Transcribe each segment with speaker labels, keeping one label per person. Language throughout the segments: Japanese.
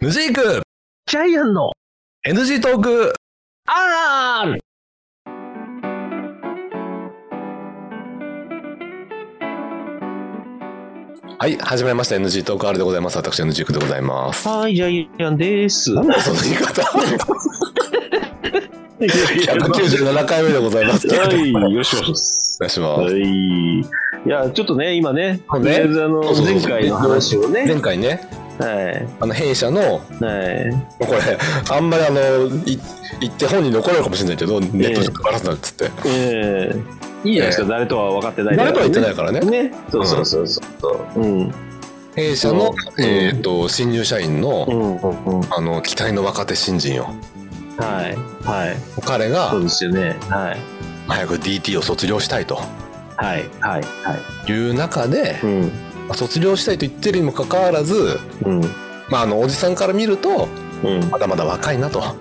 Speaker 1: ヌジーク
Speaker 2: ジャイアンの
Speaker 1: NG トーク
Speaker 2: R!
Speaker 1: はい、始まりました NG トーク R でございます。私 NG クでございます。
Speaker 2: はい、ジャイアンです。
Speaker 1: なんだよその言い 方197回目でございます。お願
Speaker 2: はい、よろしくお願いします。
Speaker 1: いしま
Speaker 2: は
Speaker 1: す。
Speaker 2: い。いや、ちょっとね、今ね、
Speaker 1: そ
Speaker 2: と
Speaker 1: う
Speaker 2: り
Speaker 1: ね
Speaker 2: あえずあの
Speaker 1: そうそうそう
Speaker 2: 前回の話をね、
Speaker 1: 前回ね、
Speaker 2: は
Speaker 1: あの弊社の、
Speaker 2: い、は
Speaker 1: これ、あんまりあの、い言って本人に怒られるかもしれないけど、ネットでバラすなっつって。
Speaker 2: い。ええいいじゃないですか、誰とは分かってない
Speaker 1: 誰とは言ってないいからね。
Speaker 2: ね。ね、そうそうそうそう。うん、
Speaker 1: 弊社の、
Speaker 2: うん
Speaker 1: えっと、新入社員
Speaker 2: う
Speaker 1: の、
Speaker 2: ん、うん。
Speaker 1: あの、期待の若手新人よ。
Speaker 2: はい、はい。
Speaker 1: 彼が
Speaker 2: そう、ですよね。はい、
Speaker 1: 早く DT を卒業したいと
Speaker 2: はい、はい、は
Speaker 1: いう中で
Speaker 2: い。う、ん、
Speaker 1: まあ卒業したいと言ってるにもかかわらず、
Speaker 2: うん、
Speaker 1: まあ、あのおじさんから見ると
Speaker 2: うん。
Speaker 1: まだまだ若いなと
Speaker 2: は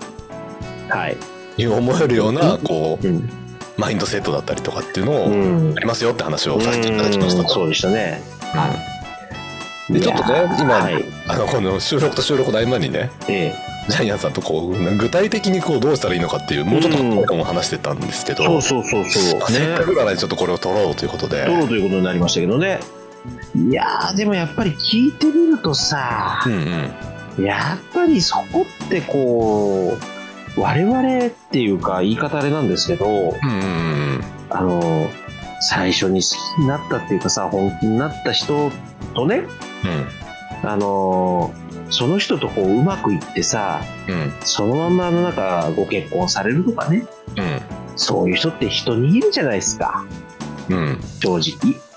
Speaker 2: い。
Speaker 1: いう思えるようなこ
Speaker 2: うん、
Speaker 1: うマインドセットだったりとかっていうのを
Speaker 2: うん
Speaker 1: あ。りますよって話をさせていただきました
Speaker 2: うんそうでしたね。
Speaker 1: うんでちょっとね今、
Speaker 2: はい、
Speaker 1: あのこの収録と収録の合間にね
Speaker 2: え
Speaker 1: ジャイアンさんとこう具体的にこうどうしたらいいのかっていうもうちょっと
Speaker 2: うん
Speaker 1: 今回も話してたんですけ
Speaker 2: え、
Speaker 1: ど、
Speaker 2: そうそうそうそう
Speaker 1: まあ、せっ
Speaker 2: ね
Speaker 1: か、くならちょっとこれを撮ろうということで、
Speaker 2: どうということになりましたけどね。いやーでもやっぱり聞いてみるとさ
Speaker 1: う、んうん
Speaker 2: やっぱりそこってこう我々っていうか言い方あれなんですけど、
Speaker 1: うんうんうん
Speaker 2: あの最初に好きになったっていうかさ本気になった人とね、あのその人とこううまくいってさ
Speaker 1: うんうん
Speaker 2: そのまんまあのなんかご結婚されるとかねそういう人って人にいるじゃないですか、
Speaker 1: うんうん
Speaker 2: 正直。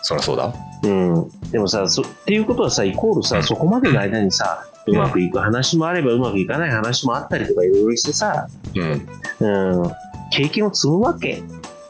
Speaker 1: そりゃそうだ
Speaker 2: うん。でもさ、そっていうことはさ、イコール
Speaker 1: うん
Speaker 2: さ、そこまでの間にさ、
Speaker 1: うん
Speaker 2: うまくいく話もあれば、うまくいかない話もあったりとか、いろいろしてさ、
Speaker 1: うん
Speaker 2: うん、経験を積むわけ。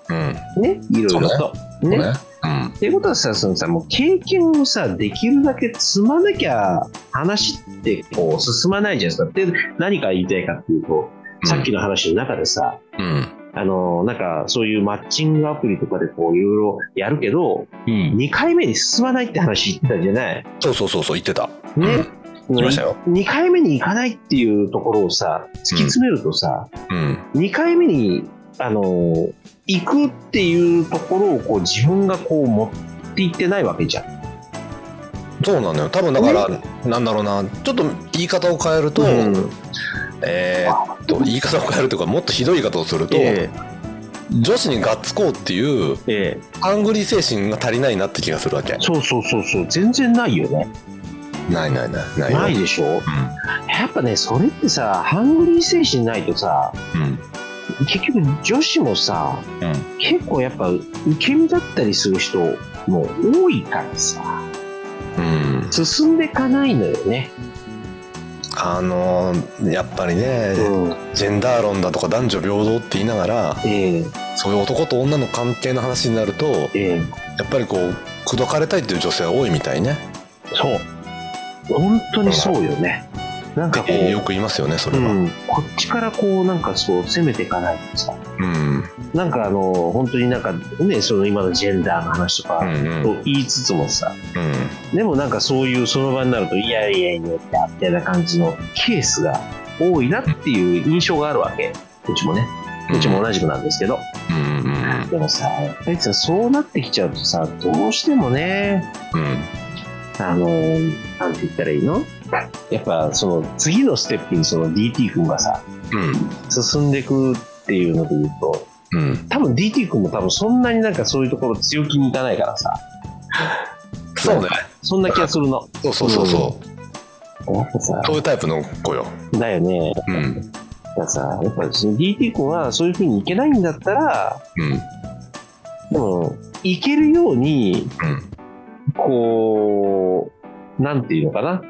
Speaker 1: うん
Speaker 2: ね、いろいろと。
Speaker 1: そう
Speaker 2: ね
Speaker 1: ねうん
Speaker 2: っていうことはさ、そのさ、もう経験をさ、できるだけ積まなきゃ、話ってこう、進まないじゃないですか。で、何か言いたいかっていうと、さっきの話の中でさ、
Speaker 1: うん
Speaker 2: あの、なんか、そういうマッチングアプリとかでこう、いろいろやるけど、
Speaker 1: うん
Speaker 2: 2回目に進まないって話言ってたじゃない
Speaker 1: そうそうそうそう言ってた。
Speaker 2: ね、
Speaker 1: 言いましたよ。
Speaker 2: 2回目に行かないっていうところをさ突き詰めるとさ、
Speaker 1: うん。
Speaker 2: 2回目にあのー行くっていうところをこう自分がこう持っていってないわけじゃん。
Speaker 1: そうなのよ。多分だから、なんだろうな、ちょっと言い方を変えると、
Speaker 2: うん
Speaker 1: えーっと、言い方を変えるというか、もっとひどい言い方をすると、
Speaker 2: え
Speaker 1: 女子にガッツこうっていう、
Speaker 2: えええ
Speaker 1: ハングリー精神が足りないなって気がするわけ。
Speaker 2: そうそうそうそう全然ないよね
Speaker 1: ないないない。ないよ
Speaker 2: ないでしょやっぱねそれってさハングリー精神ないとさ
Speaker 1: うん。
Speaker 2: 結局女子もさ
Speaker 1: うん。うん。
Speaker 2: 結構やっぱ受け身だったりする人も多いからさ
Speaker 1: うん、
Speaker 2: 進んでかないのよね。
Speaker 1: あのーやっぱりね、
Speaker 2: うん、
Speaker 1: ジェンダー論だとか男女平等って言いながら
Speaker 2: ええ
Speaker 1: そういう男と女の関係の話になるとや
Speaker 2: ええ
Speaker 1: っぱりこう口説かれたいっていう女性は多いみたいね、
Speaker 2: そう。本当にそうよね。なんかこう、
Speaker 1: えーよく言いますよねそれ
Speaker 2: う
Speaker 1: は。
Speaker 2: ん、こっちからこう、なんかそう、攻めていかないとさ、
Speaker 1: うん
Speaker 2: なんかあの、本当になんかね、その今のジェンダーの話と
Speaker 1: う
Speaker 2: か、
Speaker 1: んうん
Speaker 2: と言いつつもさ、
Speaker 1: うん
Speaker 2: でもなんかそういうその場になると、いやいやいやいや、みたいな感じのケースが多いなっていう印象があるわけ。うちもね。うちも同じくなんですけど。
Speaker 1: うんうん
Speaker 2: でもさ、やっぱりさ、そうなってきちゃうとさ、どうしてもね、
Speaker 1: うん
Speaker 2: あのー、なんて言ったらいいのやっぱその次のステップにその DT 君がさ
Speaker 1: うん
Speaker 2: 進んでいくっていうので言うと
Speaker 1: うん
Speaker 2: 多分 DT 君も多分そんなになんかそういうところ強気にいかないからさ
Speaker 1: そうね
Speaker 2: そんな気がするの
Speaker 1: そうそうそうそう
Speaker 2: やっぱさ
Speaker 1: そういうタイプの子よ
Speaker 2: だよね
Speaker 1: うん
Speaker 2: だからさやっぱりその DT 君はそういうふうにいけないんだったら
Speaker 1: うん
Speaker 2: でもいけるように
Speaker 1: うん
Speaker 2: こうなんていうのかな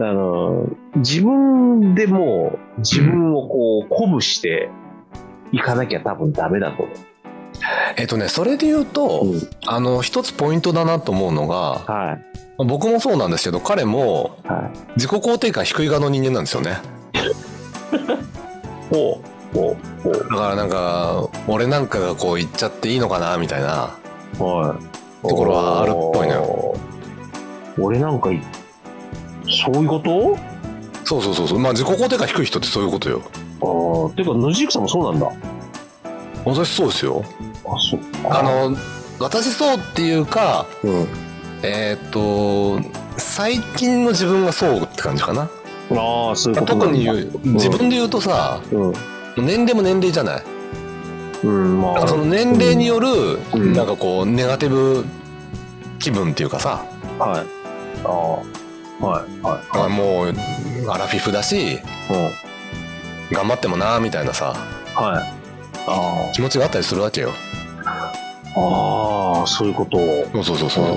Speaker 2: あの自分でもう自分をこう鼓舞していかなきゃ多分ダメだと思
Speaker 1: えっとねそれで言うと、
Speaker 2: う、
Speaker 1: あの一つポイントだなと思うのが
Speaker 2: はい
Speaker 1: 僕もそうなんですけど彼も
Speaker 2: は
Speaker 1: 自己肯定感低い側の人間なんですよね
Speaker 2: いおうおう
Speaker 1: だからなんか俺なんかがこう言っちゃっていいのかなみたいな
Speaker 2: おうはい
Speaker 1: ところはあるっぽいのよ
Speaker 2: おう俺なんかいそういうこと
Speaker 1: そうそうそうそうまあ自己肯定感低い人ってそういうことよ
Speaker 2: ああ、ていうか、野宿さんもそうなんだ。
Speaker 1: 私そうですよ
Speaker 2: あ、そっ
Speaker 1: あ
Speaker 2: か。
Speaker 1: の私そうっていうか
Speaker 2: うん。
Speaker 1: えーっと最近の自分がそうって感じかな
Speaker 2: ああ、そういうこと
Speaker 1: 特
Speaker 2: なんだ
Speaker 1: に言う、自分で言うとさ年齢も年齢じゃない
Speaker 2: うん。うん、
Speaker 1: な
Speaker 2: ま
Speaker 1: んか
Speaker 2: あ。
Speaker 1: その年齢による、
Speaker 2: うん
Speaker 1: なんかこうネガティブ気分っていうかさ、
Speaker 2: はい。ああ。はい。はい。
Speaker 1: あもうアラフィフだし
Speaker 2: うん。
Speaker 1: 頑張ってもなーみたいなさ
Speaker 2: はい。あ
Speaker 1: 気持ちがあったりするわけよ
Speaker 2: あ。ああ、そういうこと。
Speaker 1: そうそうそうそう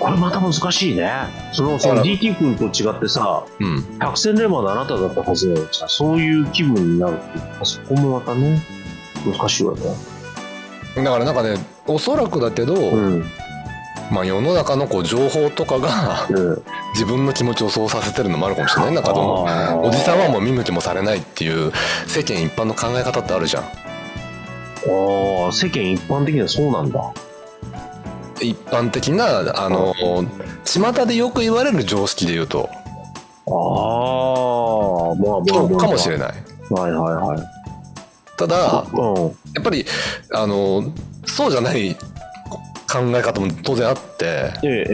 Speaker 2: これまた難しいね。その、そ
Speaker 1: あ
Speaker 2: の
Speaker 1: ら
Speaker 2: DT 君と違ってさ、
Speaker 1: うん
Speaker 2: 百戦錬磨のあなただったはずなのにさ、そういう気分になるっていうか、そこもまたね、難しいわね。
Speaker 1: だからなんかねおそらくだけど、
Speaker 2: うん。うん。
Speaker 1: まあ、世の中のこう情報とかが自分の気持ちをそうさせてるのもあるかもしれないなんかでも
Speaker 2: あー
Speaker 1: おじさんはもう見向きもされないっていう世間一般の考え方ってあるじゃん
Speaker 2: ああ、世間一般的にはそうなんだ。
Speaker 1: 一般的なあの巷でよく言われる常識で言うと
Speaker 2: ああ、まあま
Speaker 1: そ
Speaker 2: あま
Speaker 1: う
Speaker 2: あ。
Speaker 1: かもしれない
Speaker 2: ない。はいはいはい。
Speaker 1: ただや
Speaker 2: うん。
Speaker 1: っぱりあのそうじゃない考え方も当然あって
Speaker 2: ええええ。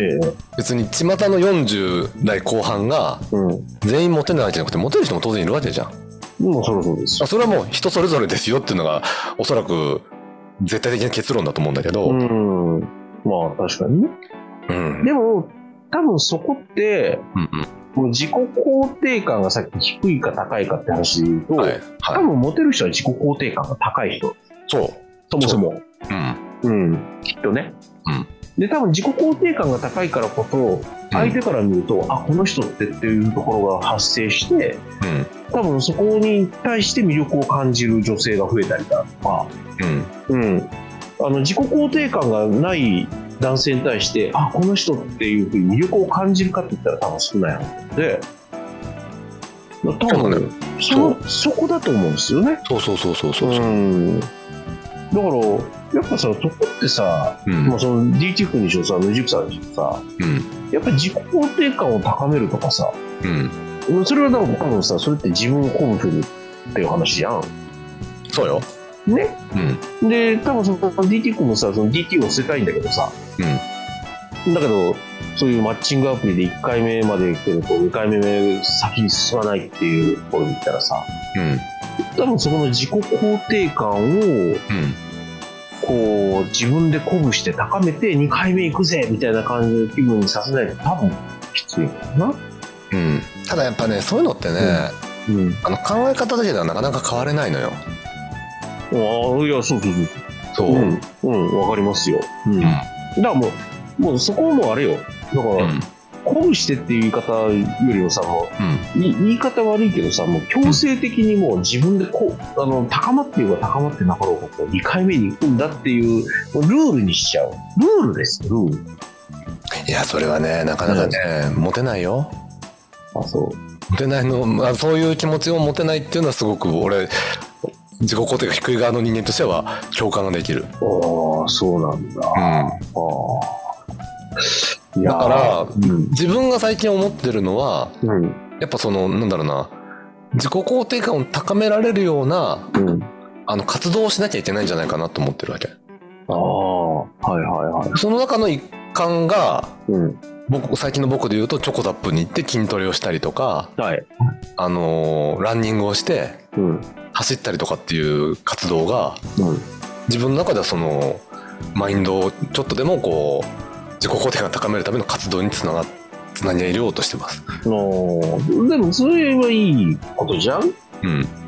Speaker 1: 別に巷の40代後半が
Speaker 2: うん。
Speaker 1: 全員モテないわけじゃなくてモテる人も当然いるわけじゃん
Speaker 2: もうそろそろです
Speaker 1: まあ。それはもう人それぞれですよっていうのがおそらく絶対的な結論だと思うんだけど、
Speaker 2: うん。まあ確かにね。
Speaker 1: うん
Speaker 2: でも、多分そこって、
Speaker 1: うん
Speaker 2: もう自己肯定感がさっき低いか高いかって話で言うと、
Speaker 1: うんはい
Speaker 2: 多
Speaker 1: はい
Speaker 2: 分モテる人は自己肯定感が高い人。
Speaker 1: そう
Speaker 2: そもそも。
Speaker 1: うん
Speaker 2: うん。きっとね。
Speaker 1: うん
Speaker 2: で、多分自己肯定感が高いからこそ、相手から見ると、あ、この人ってっていうところが発生して、多分そこに対して魅力を感じる女性が増えたりだとか、
Speaker 1: うんうん
Speaker 2: うん、あの自己肯定感がない男性に対してあこの人っていうふうに魅力を感じるかって言ったら多分少ないはずで多
Speaker 1: そうなの
Speaker 2: 分そのそこだと思うんですよね。
Speaker 1: そうそうそうそうそうそう
Speaker 2: うんだからやっぱさそこってさ、
Speaker 1: うん
Speaker 2: まあ、その DT 君にしろさヌジプさんにしろさ
Speaker 1: うん
Speaker 2: やっぱ自己肯定感を高めるとかさ
Speaker 1: うん
Speaker 2: それはだから多分さそれって自分を鼓舞するっていう話じゃん。
Speaker 1: そうよ
Speaker 2: ね
Speaker 1: うん
Speaker 2: で、多分その DT 君もさ、その DT を捨てたいんだけどさ、だけど、そういうマッチングアプリで1回目まで来てると、2回目先に進まないっていうところに行ったらさ、
Speaker 1: うん
Speaker 2: 多分そこの自己肯定感を、
Speaker 1: うん
Speaker 2: こう、自分で鼓舞して高めて、2回目行くぜみたいな感じの気分にさせないと、多分きついのかな。
Speaker 1: うんただやっぱねそういうのってね、
Speaker 2: うんうん。
Speaker 1: あの考え方だけではなかなか変われないのよ
Speaker 2: ああ、いや、そうそうそ
Speaker 1: そ
Speaker 2: う。
Speaker 1: う、うん
Speaker 2: うん、うん、わかりますよ。うん。だからもう、もうそこはもうあれよ。だか
Speaker 1: う
Speaker 2: ら、
Speaker 1: ん
Speaker 2: 鼓舞してっていう言い方よりもさ、もう、い言い方悪いけどさ、もう強制的にもう自分でこう、あの、高まってようが高まってなかろうが、こう2回目に行くんだっていう、もうルールにしちゃう。ルールです、ルール。
Speaker 1: いやそれはねなかなかね、モテないよ
Speaker 2: あ、そう。
Speaker 1: モテないの、まあ、そういう気持ちを持てないっていうのはすごく俺自己肯定が低い側の人間としては共感ができる、
Speaker 2: ああ、そうなんだ。ああ。いや
Speaker 1: だ
Speaker 2: ー
Speaker 1: から
Speaker 2: うん。
Speaker 1: 自分が最近思ってるのは
Speaker 2: うん。
Speaker 1: やっぱそのなんだろうな自己肯定感を高められるような
Speaker 2: うん。
Speaker 1: あの活動をしなきゃいけないんじゃないかなと思ってるわけ
Speaker 2: ああ、はいはいはい。
Speaker 1: その中の一環が
Speaker 2: うん。
Speaker 1: 僕最近の僕で言うとチョコザップに行って筋トレをしたりとか、
Speaker 2: はい。
Speaker 1: あのーランニングをして
Speaker 2: うん。うん。
Speaker 1: 走ったりとかっていう活動が自分の中ではそのマインドをちょっとでもこう自己肯定感を高めるための活動につながつなげようとしてます。
Speaker 2: のでも、それはいいことじゃん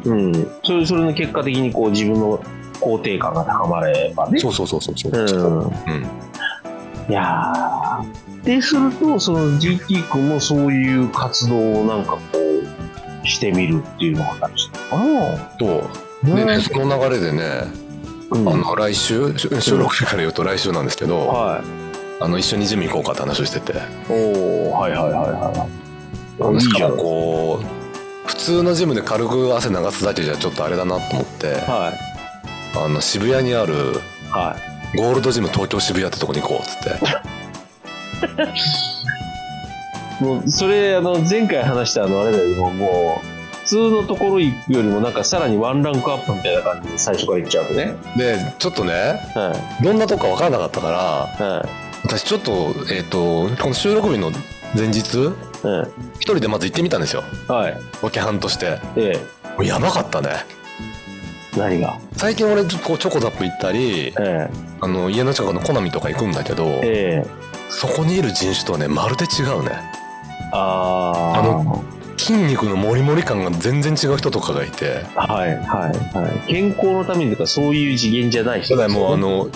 Speaker 1: うん、
Speaker 2: うん。それ、それの結果的にこう自分の肯定感が高まればね。
Speaker 1: そうそうそうそうそう。
Speaker 2: うん。
Speaker 1: うん
Speaker 2: いやー。で、すると、その GT 君もそういう活動をなんかこう、してみるっていうのが大事あ
Speaker 1: そうでね、その流れでね、
Speaker 2: うん
Speaker 1: あの来週し収録日から言うと来週なんですけど、
Speaker 2: はい。
Speaker 1: あの一緒にジム行こうかって話をしてて、
Speaker 2: おー、はいはいはいはい。
Speaker 1: しか
Speaker 2: ん
Speaker 1: もこう普通のジムで軽く汗流すだけじゃちょっとあれだなと思って、
Speaker 2: は
Speaker 1: あの渋谷にある
Speaker 2: い。はい。
Speaker 1: ゴールドジム東京渋谷ってとこに行こうっつって
Speaker 2: もう、それ、あの、前回話したあの、あれだよ、もう、もう普通のところ行くよりも、なんかさらにワンランクアップみたいな感じで最初から行っちゃうとね。
Speaker 1: でちょっとね
Speaker 2: は
Speaker 1: どんなとこか分からなかったから
Speaker 2: い。は
Speaker 1: 私ちょっとえっ、とこの収録日の前日
Speaker 2: い。は
Speaker 1: 一人でまず行ってみたんですよ
Speaker 2: い。はい。
Speaker 1: ロケハンとして
Speaker 2: え
Speaker 1: もうやばかったね
Speaker 2: え。何が
Speaker 1: 最近俺ちょこうチョコザップ行ったり
Speaker 2: え
Speaker 1: あの家の近くのコナミとか行くんだけど
Speaker 2: え。ええ。
Speaker 1: そこにいる人種とはねまるで違うね
Speaker 2: あー。
Speaker 1: あの筋肉のモリモリ感が全然違う人とかがいて
Speaker 2: はい、はい、はい。健康のためにとか、そういう次元じゃない
Speaker 1: た
Speaker 2: 人
Speaker 1: だ
Speaker 2: です
Speaker 1: もう
Speaker 2: よ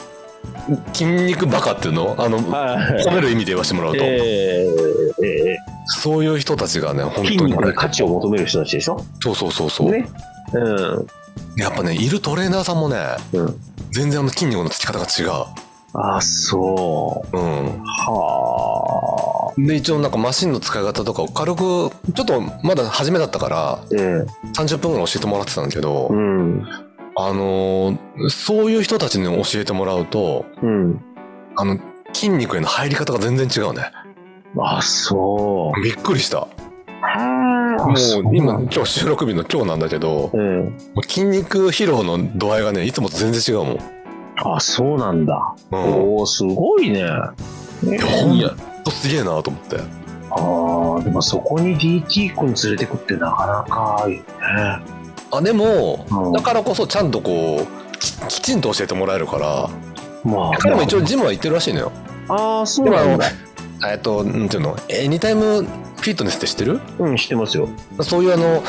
Speaker 1: あ
Speaker 2: ね、
Speaker 1: の筋肉バカっていうのあの
Speaker 2: はいはい
Speaker 1: 褒める意味で言わせてもらうと、
Speaker 2: えええ
Speaker 1: そういう人たちがね本
Speaker 2: え
Speaker 1: 当
Speaker 2: 筋
Speaker 1: に
Speaker 2: 肉の価値を求める人たちでしょ
Speaker 1: そうそうそうそう、
Speaker 2: ね。うん。
Speaker 1: やっぱねいるトレーナーさんもね、
Speaker 2: うん
Speaker 1: 全然あの筋肉のつき方が違、
Speaker 2: あ、そう
Speaker 1: う
Speaker 2: う。はあ。
Speaker 1: ん、で一応なんかマシンの使い方とかを軽くちょっとまだ初めだったから
Speaker 2: ええ
Speaker 1: 30分ぐらい教えてもらってたんだけど、
Speaker 2: うん。
Speaker 1: あのーそういう人たちに教えてもらうと
Speaker 2: うん。
Speaker 1: あの筋肉への入り方が全然違うね
Speaker 2: あ、そう。
Speaker 1: びっくりした
Speaker 2: はあ。
Speaker 1: もう今
Speaker 2: う
Speaker 1: 今日収録日の今日なんだけど
Speaker 2: うん。
Speaker 1: もう筋肉疲労の度合いがねいつもと全然違うもん、
Speaker 2: あ、そうなんだ。
Speaker 1: うん、
Speaker 2: おおすごいね。え
Speaker 1: や
Speaker 2: えいや、
Speaker 1: ほんとすげえなと思って
Speaker 2: ああ、でもそこに DT 君連れてくってなかなかいいね。
Speaker 1: あでも、
Speaker 2: うん
Speaker 1: だからこそちゃんとこうききちんと教えてもらえるから
Speaker 2: まあ。
Speaker 1: 彼も一応ジムは行ってるらしいのよ
Speaker 2: ああ、そう
Speaker 1: でもあ
Speaker 2: なん
Speaker 1: の
Speaker 2: だ。
Speaker 1: えっとなんていうのエニタイムフィットネスって知ってる
Speaker 2: うん、知ってますよ。
Speaker 1: そういうあの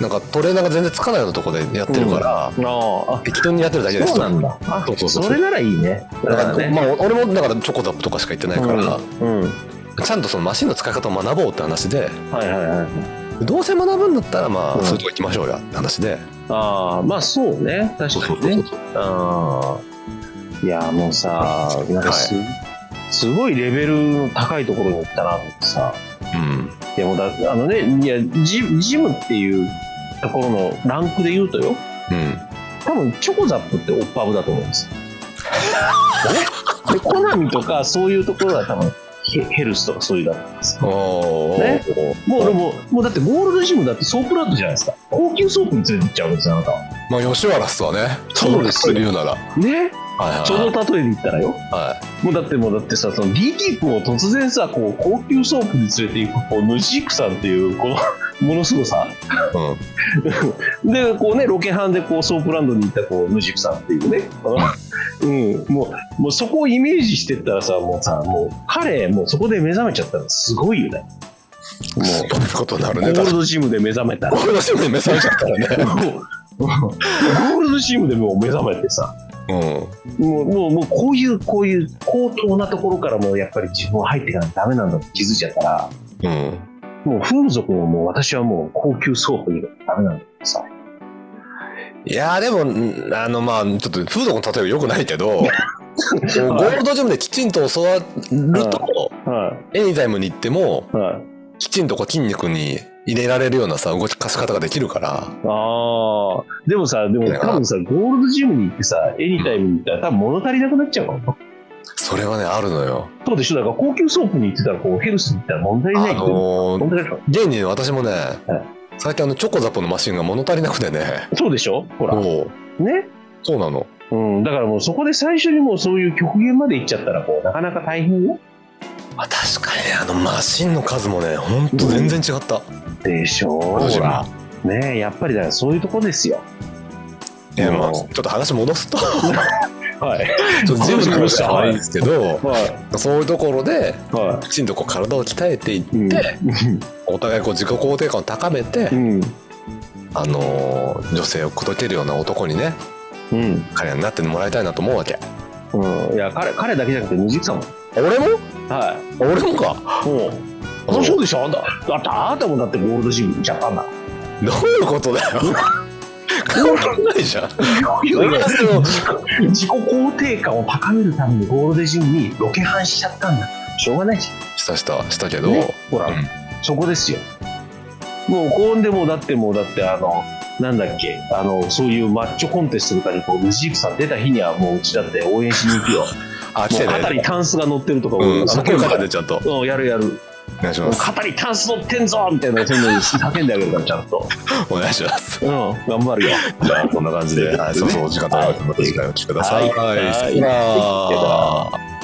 Speaker 1: なんかトレーナーが全然つかないようなとこでやってるから、
Speaker 2: あ
Speaker 1: 適当にやってるだけです
Speaker 2: そう
Speaker 1: と
Speaker 2: なんだ。あ
Speaker 1: そうそうそう
Speaker 2: れならいいね。
Speaker 1: だから
Speaker 2: ね
Speaker 1: まあ、俺もだからチョコザップとかしか行ってないから、
Speaker 2: うん。うん
Speaker 1: ちゃんとそのマシンの使い方を学ぼうって話で
Speaker 2: はいはいはい。
Speaker 1: どうせ学ぶんだったらまあ、
Speaker 2: うん
Speaker 1: そういうとこ行きましょうよって話で
Speaker 2: ああ、まあそうね。確かにね。ああ。いや、もうさ、なんかす、すごいレベルの高いところに行ったなと思ってさ。
Speaker 1: うん
Speaker 2: でもだ、あのね、いや、ジジムっていうところのランクで言うとよ、
Speaker 1: うん
Speaker 2: 多分チョコザップってオッパブだと思うん ですよ。ねで、コナミとかそういうところは多分ヘヘルスとかそういうだと思うんですよ。
Speaker 1: おー
Speaker 2: ねもうでも、もうだってゴールドジムだってソープランドじゃないですか。高級ソープに連れて行っちゃうんですよ、あなたは。
Speaker 1: まあ吉原っすわね
Speaker 2: そうですよ
Speaker 1: 言うならはい
Speaker 2: ね
Speaker 1: はい
Speaker 2: その例えで言ったらよ。
Speaker 1: は
Speaker 2: もうだってもうだってさ、その DT 君を突然さ、こう、高級ソープに連れて行く、こう、ヌジークさんっていう、こう、ものすごさ。
Speaker 1: い、うん
Speaker 2: で、こうね、ロケハンでこう、ソープランドに行った、こう、ヌジークさんっていうね。 このうん。もう、もうそこをイメージしてったらさ、もうさ、もう、彼、もうそこで目覚めちゃったらすごいよね。も
Speaker 1: そう
Speaker 2: う、
Speaker 1: いうことになる
Speaker 2: ゴ
Speaker 1: ね。
Speaker 2: ー
Speaker 1: だか
Speaker 2: ル
Speaker 1: ら
Speaker 2: ドジムで目覚めたら
Speaker 1: ゴ。ールドシムに目覚めちゃったらね。
Speaker 2: もうもうゴールドチームでもう目覚めてさ
Speaker 1: う
Speaker 2: もうもうもうこういうこういう高等なところからもうやっぱり自分は入っていかないとダメなんだって気づいちゃったら
Speaker 1: ん。うん。
Speaker 2: もう風俗ももう私はもう高級ソープにダメなんだってさ
Speaker 1: いやーでも、んあの、まあ、ちょっと風俗の例えが良くないけど、ゴールドジムできちんと教わると、
Speaker 2: は
Speaker 1: エニタイムに行っても、
Speaker 2: いはい
Speaker 1: きちんとこう筋肉に入れられるようなさ、動かし方ができるから、
Speaker 2: ああでもさでも
Speaker 1: いや
Speaker 2: 多分さゴールドジムに行ってさエニタイムに行ったら多分物足りなくなっちゃうかも
Speaker 1: それはね、あるのよ。
Speaker 2: そうでしょだから高級ソープに行ってたらこうヘルスに行ったら物足り
Speaker 1: あ
Speaker 2: ないって
Speaker 1: のー、
Speaker 2: 物足りないか
Speaker 1: 現に私もね、最近あの、チョコザップのマシンが物足りなくてね、
Speaker 2: そうでしょほらね
Speaker 1: もう、そうなの。
Speaker 2: うん、だからもうそこで最初にもうそういう極限まで行っちゃったらこうなかなか大変よ
Speaker 1: あ確かにね、あの、マシンの数もね、ほんと全然違った。
Speaker 2: でしょう
Speaker 1: 私
Speaker 2: ほ
Speaker 1: も
Speaker 2: らねえやっぱりだからそういうとこですよ
Speaker 1: いやまあ、
Speaker 2: うん
Speaker 1: ちょっと話戻 すと、
Speaker 2: はい
Speaker 1: ちょ っとジムの話は
Speaker 2: は
Speaker 1: い
Speaker 2: い
Speaker 1: いですけど、
Speaker 2: は
Speaker 1: そういうところで、
Speaker 2: いは
Speaker 1: きちんとこう体を鍛えていって、
Speaker 2: いうん
Speaker 1: お互いこう自己肯定感を高めて、
Speaker 2: うん
Speaker 1: あのー女性を口説けるような男にね、
Speaker 2: うん、
Speaker 1: 彼らになってもらいたいなと思うわけ。
Speaker 2: うん、いや彼彼だけじゃなくて藤木さんも
Speaker 1: 俺も
Speaker 2: は
Speaker 1: 俺もか。
Speaker 2: いもうあそうでしょあんただってあなたもだってゴールドジム行っちゃったんだ
Speaker 1: どういうことだよ。変わらないじゃん。
Speaker 2: い
Speaker 1: やいや
Speaker 2: 自己自己肯定感を高めるためにゴールドジムにロケハンしちゃったんだしょうがないじゃん
Speaker 1: したしたしたけど、
Speaker 2: ねほら、
Speaker 1: うん
Speaker 2: そこですよもうこんでもうだってもうだってあのなんだっけあのそういうマッチョコンテストとかにこうルジークさん出た日にはもううちだって応援しに行くよも
Speaker 1: あ、来
Speaker 2: う
Speaker 1: て
Speaker 2: 肩
Speaker 1: ね。
Speaker 2: にタンスが乗ってるとか、
Speaker 1: うん、あ
Speaker 2: そ
Speaker 1: の
Speaker 2: こ
Speaker 1: 声
Speaker 2: か
Speaker 1: からら出ちゃうと。
Speaker 2: うんやるやる
Speaker 1: お願いします
Speaker 2: 肩にタンス乗ってんぞみたいな、そういうの叫んであげるから、ちゃんと。
Speaker 1: お願いします
Speaker 2: うん、頑張るよ。
Speaker 1: じゃあこんな感じで、はい、そうそうお時間となるのでまた次回お聞きください、
Speaker 2: はい
Speaker 1: はいさよなら
Speaker 2: はい